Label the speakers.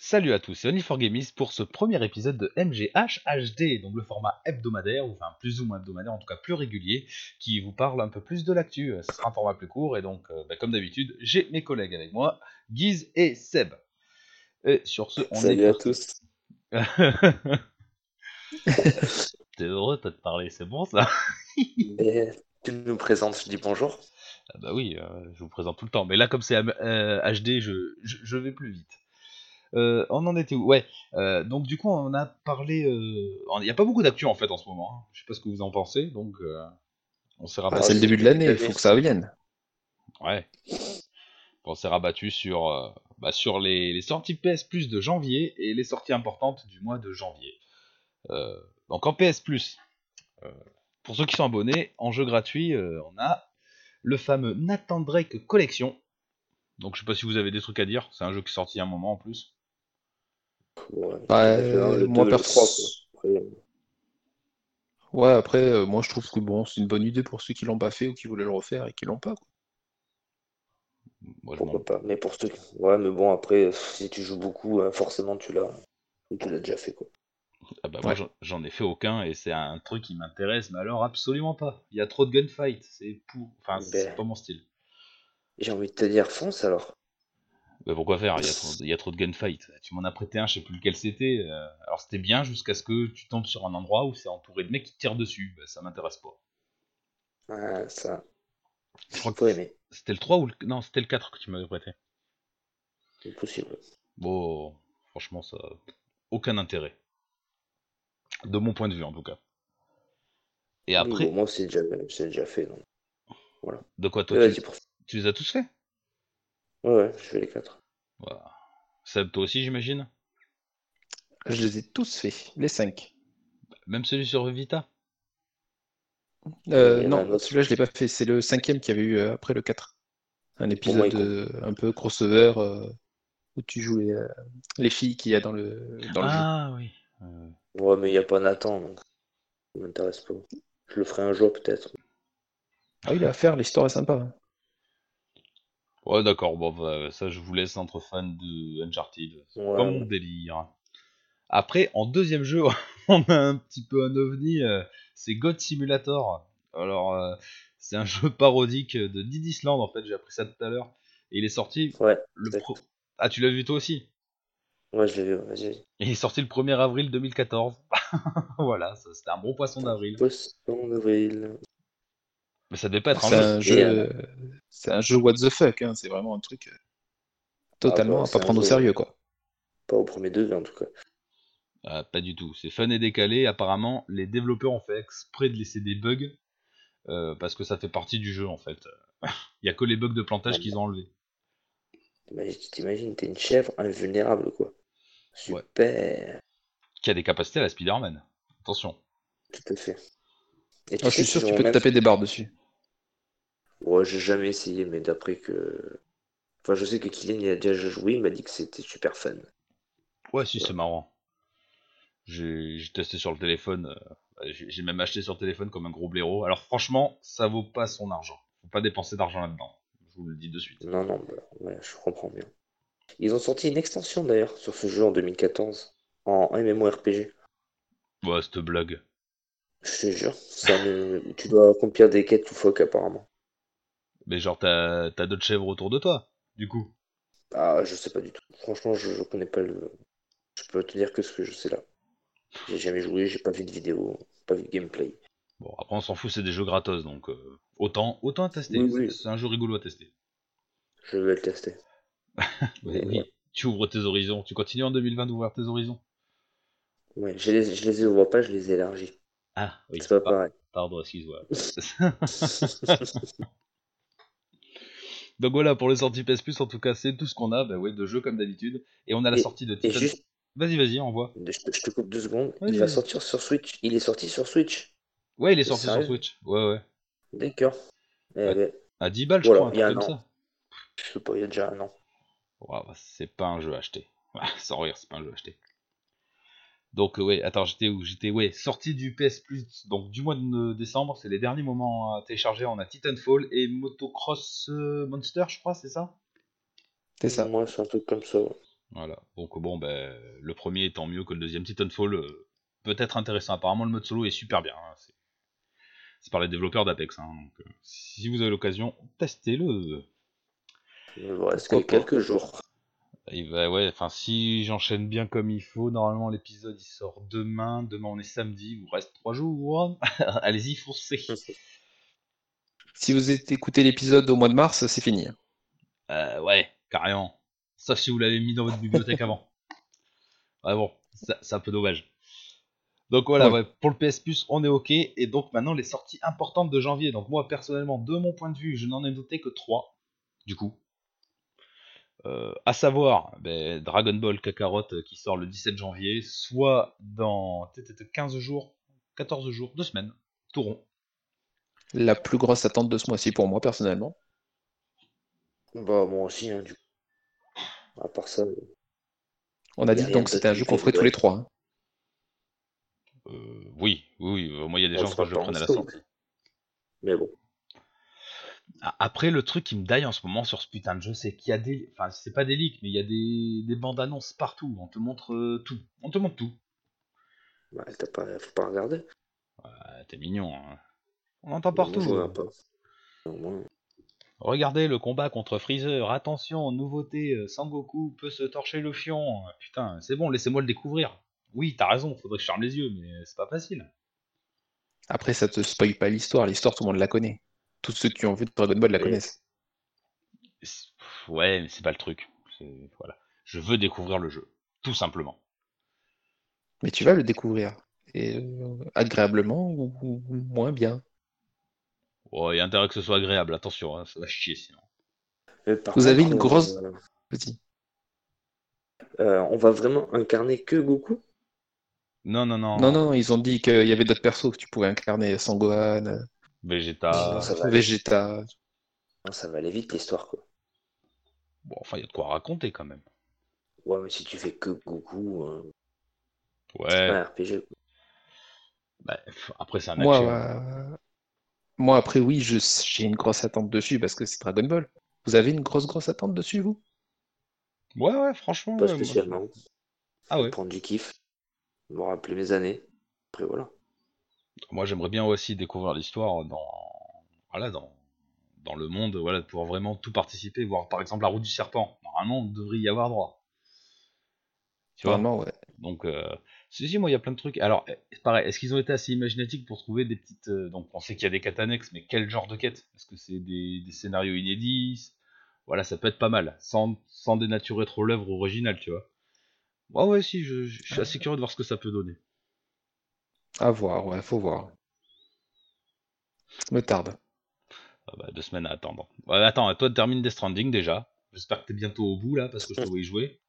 Speaker 1: Salut à tous, c'est Only4Gamies pour ce premier épisode de MGH HD, donc le format hebdomadaire, ou enfin plus ou moins hebdomadaire, en tout cas plus régulier, qui vous parle un peu plus de l'actu. Euh, Ce sera un format plus court, et donc, euh, bah, comme d'habitude, j'ai mes collègues avec moi, Guise et Seb. Et sur ce, on
Speaker 2: Salut
Speaker 1: est
Speaker 2: à
Speaker 1: parti.
Speaker 2: tous.
Speaker 1: T'es heureux, toi, de parler, c'est bon ça
Speaker 2: Et tu nous présentes, je dis bonjour.
Speaker 1: Ah Bah oui, euh, je vous présente tout le temps. Mais là, comme c'est euh, HD, je, je, je vais plus vite. Euh, on en était où Ouais. euh, donc du coup, on a parlé. euh, Il n'y a pas beaucoup d'actu en fait en ce moment. hein. Je sais pas ce que vous en pensez. Donc, euh, on s'est
Speaker 2: Bah,
Speaker 3: Bah,
Speaker 1: rabattu.
Speaker 3: c'est le début de l'année, il faut que ça revienne.
Speaker 1: ouais. On s'est rabattu sur euh, bah, sur les, les sorties PS Plus de janvier et les sorties importantes du mois de janvier. Euh, donc en PS Plus, euh, pour ceux qui sont abonnés, en jeu gratuit, euh, on a le fameux Nathan Drake Collection. Donc je sais pas si vous avez des trucs à dire. C'est un jeu qui est sorti il y a un moment en plus.
Speaker 2: Ouais,
Speaker 3: Bah,
Speaker 2: le un, le
Speaker 3: moi,
Speaker 2: euh, deux, le
Speaker 3: perso-
Speaker 2: trois, quoi. Après, euh.
Speaker 3: Ouais, après, euh, moi je trouve que bon, c'est une bonne idée pour ceux qui l'ont pas fait ou qui voulaient le refaire et qui l'ont pas. quoi.
Speaker 1: Moi, je m'en-
Speaker 2: pourquoi pas. Mais pour ceux qui- Ouais, mais bon, après, euh, si tu joues beaucoup, euh, forcément, tu l'as. Tu l'as déjà fait, quoi.
Speaker 1: Ah bah moi
Speaker 3: Ouais.
Speaker 1: j'en- j'en ai fait aucun et c'est un truc qui m'intéresse mais alors absolument pas. Il y a trop de gunfight, c'est pour enfin c'est
Speaker 2: Ben.
Speaker 1: pas mon style.
Speaker 2: J'ai envie de te dire, fonce alors.
Speaker 1: Mais Bah, pourquoi faire Il y, a trop- il y a trop de gunfight. Tu m'en as prêté un, je sais plus lequel c'était. euh, Alors c'était bien jusqu'à ce que tu tombes sur un endroit où c'est entouré de mecs qui tirent dessus. Bah, ça m'intéresse pas.
Speaker 2: Ah, ça.
Speaker 1: Je crois que
Speaker 2: Faut aimer.
Speaker 1: c'était le 3 ou le... Non, c'était le 4 que tu m'avais prêté.
Speaker 2: C'est possible.
Speaker 1: Bon, franchement ça aucun intérêt. De mon point de vue en tout cas. Et après,
Speaker 2: Oui, bon, moi, c'est déjà... c'est déjà fait. Donc.
Speaker 1: de quoi toi
Speaker 2: Ouais,
Speaker 3: Euh,
Speaker 1: tu...
Speaker 2: vas-y, profite.
Speaker 1: tu les as tous fait
Speaker 2: Ouais, ouais, je fais les quatre.
Speaker 1: Voilà. Seb, toi aussi j'imagine
Speaker 3: Je les ai tous faits, les cinq.
Speaker 1: Même celui sur Vita
Speaker 3: Euh,
Speaker 2: Il y en a un
Speaker 3: non,
Speaker 2: autre.
Speaker 3: celui-là je l'ai pas fait, c'est le cinquième qu'il y avait eu euh, après le 4. Un
Speaker 2: moi,
Speaker 3: épisode
Speaker 2: il compte.
Speaker 3: euh, un peu crossover euh, où tu joues les, euh, les filles qu'il y a dans le, dans le jeu.
Speaker 1: Ah oui. Euh,
Speaker 2: Ouais, mais il n'y a pas Nathan, donc. Ça m'intéresse pas. Je le ferai un jour, peut-être.
Speaker 3: Ah oui, là, à faire, l'histoire est sympa. hein.
Speaker 1: Ouais, d'accord. Bon, bah, ça, je vous laisse entre fans de Uncharted. C'est
Speaker 2: Ouais.
Speaker 1: pas mon délire. Après, en deuxième jeu, on a un petit peu un ovni. euh, c'est God Simulator. Alors, euh, c'est un jeu parodique de Didisland. En fait, j'ai appris ça tout à l'heure. Et il est sorti
Speaker 2: Ouais,
Speaker 1: le
Speaker 2: exact.
Speaker 1: pro... Ah, tu l'as vu toi aussi
Speaker 2: ouais, je l'ai vu. Vas-y.
Speaker 1: Il est sorti le 1er avril 2014. voilà, ça, c'était un bon poisson d'avril.
Speaker 2: Post en avril.
Speaker 1: Mais ça devait pas être un
Speaker 3: C'est
Speaker 1: jeu.
Speaker 3: un
Speaker 2: Et,
Speaker 3: jeu,
Speaker 2: euh,
Speaker 3: euh, c'est un jeu what the fuck, hein, c'est vraiment un truc euh, totalement
Speaker 2: bah,
Speaker 3: à
Speaker 2: c'est
Speaker 3: pas
Speaker 2: un
Speaker 3: prendre au
Speaker 2: jeu.
Speaker 3: sérieux quoi.
Speaker 2: Pas au premier degré, en tout cas.
Speaker 1: Ah, pas du tout. C'est fun et décalé. Apparemment, les développeurs ont fait exprès de laisser des bugs euh, parce que ça fait partie du jeu en fait. Il y a que les bugs de plantage qu'ils ont enlevés.
Speaker 2: T'imagines- T'imagines, t'es une chèvre invulnérable, quoi.
Speaker 1: Ouais.
Speaker 2: Super,
Speaker 1: Qui a des capacités à la Spider-Man. Attention.
Speaker 2: tout à fait. Et
Speaker 3: Ah, je
Speaker 2: sais
Speaker 3: suis sûr que
Speaker 2: qu'ils
Speaker 3: tu
Speaker 2: ont
Speaker 3: peux te
Speaker 2: même-
Speaker 3: taper des barres dessus.
Speaker 2: Ouais, j'ai jamais essayé, mais d'après que. Enfin, je sais que Kylian y a déjà joué, il m'a dit que c'était super fun.
Speaker 1: Ouais, si, c'est marrant. J'ai j'ai testé sur le téléphone. euh, j'ai j'ai même acheté sur le téléphone comme un gros blaireau. Alors franchement, ça vaut pas son argent. Faut pas dépenser d'argent là-dedans. Je vous le dis de suite.
Speaker 2: Non, non, bah, ouais, je comprends bien. Ils ont sorti une extension d'ailleurs sur ce jeu en 2014, en MMORPG.
Speaker 1: Ouais, cette blague.
Speaker 2: Je te jure, c'est un MMO. tu dois accomplir des quêtes tout fuck apparemment.
Speaker 1: Mais genre, t'as t'as d'autres chèvres autour de toi, du coup.
Speaker 2: Ah, je sais pas du tout. Franchement, je, je connais pas le. Je peux te dire que ce que je sais là. J'ai jamais joué, j'ai pas vu de vidéo, pas vu de gameplay.
Speaker 1: Bon, après, on s'en fout, c'est des jeux gratos, donc euh, autant, autant à tester.
Speaker 2: Oui, oui.
Speaker 1: C'est un jeu rigolo à tester.
Speaker 2: Je vais le tester.
Speaker 1: Mais
Speaker 2: oui.
Speaker 1: Tu ouvres tes horizons, tu continues en 2020 d'ouvrir tes horizons.
Speaker 2: Ouais, je les, je les ouvre pas, je les élargis.
Speaker 1: Ah, oui,
Speaker 2: C'est pas
Speaker 1: par-
Speaker 2: pareil.
Speaker 1: pardon, excuse-moi. donc voilà, pour les sorties PS Plus, en tout cas, c'est tout ce qu'on a, bah ouais, de jeux comme d'habitude. Et on a la sortie de
Speaker 2: Et
Speaker 1: Titan.
Speaker 2: juste,
Speaker 1: Vas-y, vas-y, envoie.
Speaker 2: je te, je te coupe deux secondes.
Speaker 1: Vas-y,
Speaker 2: il va
Speaker 1: vas-y.
Speaker 2: sortir sur Switch. Il est sorti sur Switch.
Speaker 1: Ouais, il est
Speaker 2: C'est
Speaker 1: sorti sur
Speaker 2: sérieux
Speaker 1: Switch. Ouais, ouais.
Speaker 2: D'accord. Eh
Speaker 1: Ouais.
Speaker 2: ben,
Speaker 1: À 10 balles, je
Speaker 2: Voilà,
Speaker 1: crois, un
Speaker 2: il y a
Speaker 1: truc comme
Speaker 2: un
Speaker 1: ça.
Speaker 2: je sais pas, il y a déjà un an.
Speaker 1: Ouah, bah, c'est pas un jeu acheté. Ah, Sans rire, c'est pas un jeu acheté. Donc euh, ouais, attends, j'étais où J'étais ouais, sorti du PS Plus, donc du mois de euh, décembre, c'est les derniers moments à télécharger. On a Titanfall et Motocross euh, Monster, je crois, c'est ça
Speaker 3: C'est ça.
Speaker 2: Moi, c'est un truc comme ça. ouais.
Speaker 1: Voilà. Donc bon, ben, le premier étant mieux que le deuxième. Titanfall euh, peut être intéressant. Apparemment, le mode solo est super bien. hein. C'est- C'est par les développeurs d'Apex. hein. Donc, euh, si vous avez l'occasion, testez-le.
Speaker 2: Il nous reste
Speaker 1: Pourquoi
Speaker 2: que quelques jours.
Speaker 1: Et bah ouais, enfin si j'enchaîne bien comme il faut, normalement l'épisode il sort demain, demain on est samedi, il vous reste trois jours. hein. Allez-y, foncez.
Speaker 3: Si vous êtes- écoutez l'épisode au mois de mars, c'est fini.
Speaker 1: Euh, ouais, carrément. Sauf si vous l'avez mis dans votre bibliothèque avant. Ouais bon, ça- c'est un peu dommage. Donc voilà,
Speaker 3: Ouais.
Speaker 1: ouais, pour le PS Plus, on est ok. Et donc maintenant les sorties importantes de janvier. Donc moi personnellement, de mon point de vue, je n'en ai noté que trois. Du coup. Euh, à savoir ben, Dragon Ball Kakarot euh, qui sort le 17 janvier, soit dans peut-être 15 jours, 14 jours, 2 semaines, tout rond.
Speaker 3: La plus grosse attente de ce mois-ci pour moi, personnellement.
Speaker 2: Bah, moi aussi, hein, du coup. À part ça,
Speaker 3: On
Speaker 2: Y
Speaker 3: a
Speaker 2: a
Speaker 3: dit
Speaker 2: rien
Speaker 3: donc que
Speaker 2: de
Speaker 3: c'était un jeu qu'on
Speaker 2: spécifique,
Speaker 3: ferait tous
Speaker 2: ouais.
Speaker 3: les trois. hein.
Speaker 1: Euh, oui, oui, oui, moi il y a des
Speaker 2: on
Speaker 1: gens
Speaker 2: se
Speaker 1: que
Speaker 2: fera
Speaker 1: je
Speaker 2: pas
Speaker 1: prenne à la
Speaker 2: ensemble.
Speaker 1: sortie.
Speaker 2: Mais bon,
Speaker 1: A- Après, le truc qui me daille en ce moment sur ce putain de jeu, c'est qu'il y a des. Enfin, c'est pas des leaks, mais il y a des, des bandes annonces partout. On te montre euh, tout. On te montre tout.
Speaker 2: bah, t'as pas... faut pas regarder.
Speaker 1: Ah, T'es mignon. hein. On entend
Speaker 2: Moi,
Speaker 1: partout.
Speaker 2: je
Speaker 1: euh.
Speaker 2: regarde pas. Au moins,
Speaker 1: Regardez le combat contre Freezer. Attention, nouveauté. euh, Sangoku peut se torcher le fion. Putain, c'est bon, laissez-moi le découvrir. Oui, t'as raison, faudrait que je ferme les yeux, mais c'est pas facile.
Speaker 3: Après, ça te spoil pas l'histoire. L'histoire, tout le monde la connaît. Tous ceux qui ont vu Dragon Ball la
Speaker 2: Oui.
Speaker 3: connaissent.
Speaker 1: C'est- pff, Ouais, mais c'est pas le truc. C'est- Voilà. Je veux découvrir le jeu. Tout simplement.
Speaker 3: Mais tu vas le découvrir. Et euh, agréablement ou, ou- ou moins bien.
Speaker 1: Oh, il y a intérêt que ce soit agréable, attention, hein, ça va chier sinon.
Speaker 2: Mais par
Speaker 3: Vous avez
Speaker 2: contre,
Speaker 3: une grosse-
Speaker 2: euh,
Speaker 3: Petit.
Speaker 2: euh, on va vraiment incarner que Goku?
Speaker 1: Non, non, non.
Speaker 3: Non, non, ils ont dit qu'il y avait d'autres persos que tu pouvais incarner. Sangohan, euh,
Speaker 1: Vegeta.
Speaker 2: Non, ça va aller.
Speaker 3: Vegeta.
Speaker 2: Non, ça va aller vite l'histoire, quoi.
Speaker 1: Bon, enfin, il y a de quoi raconter quand même.
Speaker 2: Ouais, mais si tu fais que Goku, euh, c'est
Speaker 1: Ouais.
Speaker 2: pas un RPG. quoi.
Speaker 1: bah, pff, après, c'est un
Speaker 3: Moi,
Speaker 1: action.
Speaker 3: euh, moi, après, oui, je- j'ai une grosse attente dessus parce que c'est Dragon Ball. Vous avez une grosse, grosse attente dessus, vous?
Speaker 1: Ouais, ouais, franchement.
Speaker 2: Pas
Speaker 1: ouais, moi-
Speaker 2: spécialement.
Speaker 1: Ah ouais.
Speaker 2: Prendre du kiff. Me rappeler mes années. Après, voilà.
Speaker 1: Moi, j'aimerais bien aussi découvrir l'histoire dans. Voilà, dans. Dans le monde, voilà, de pouvoir vraiment tout participer, voir par exemple la route du serpent. Normalement, on devrait y avoir droit. Tu vois
Speaker 3: Vraiment, ouais.
Speaker 1: Donc, euh, si, si, moi, il y a plein de trucs. Alors, eh, c'est pareil, est-ce qu'ils ont été assez imaginatiques pour trouver des petites. euh, donc, on sait qu'il y a des quêtes annexes, mais quel genre de quête Est-ce que c'est des, des scénarios inédits Voilà, ça peut être pas mal, sans, sans dénaturer trop l'œuvre originale, tu vois. Ouais, ouais, si, je, je suis assez curieux de voir ce que ça peut donner.
Speaker 3: À voir, ouais, faut voir. Ça me tarde.
Speaker 1: Ah bah, deux semaines à attendre. Ouais, attends, toi, termine Death Stranding déjà. J'espère que t'es bientôt au bout, là, parce que je te vois y jouer.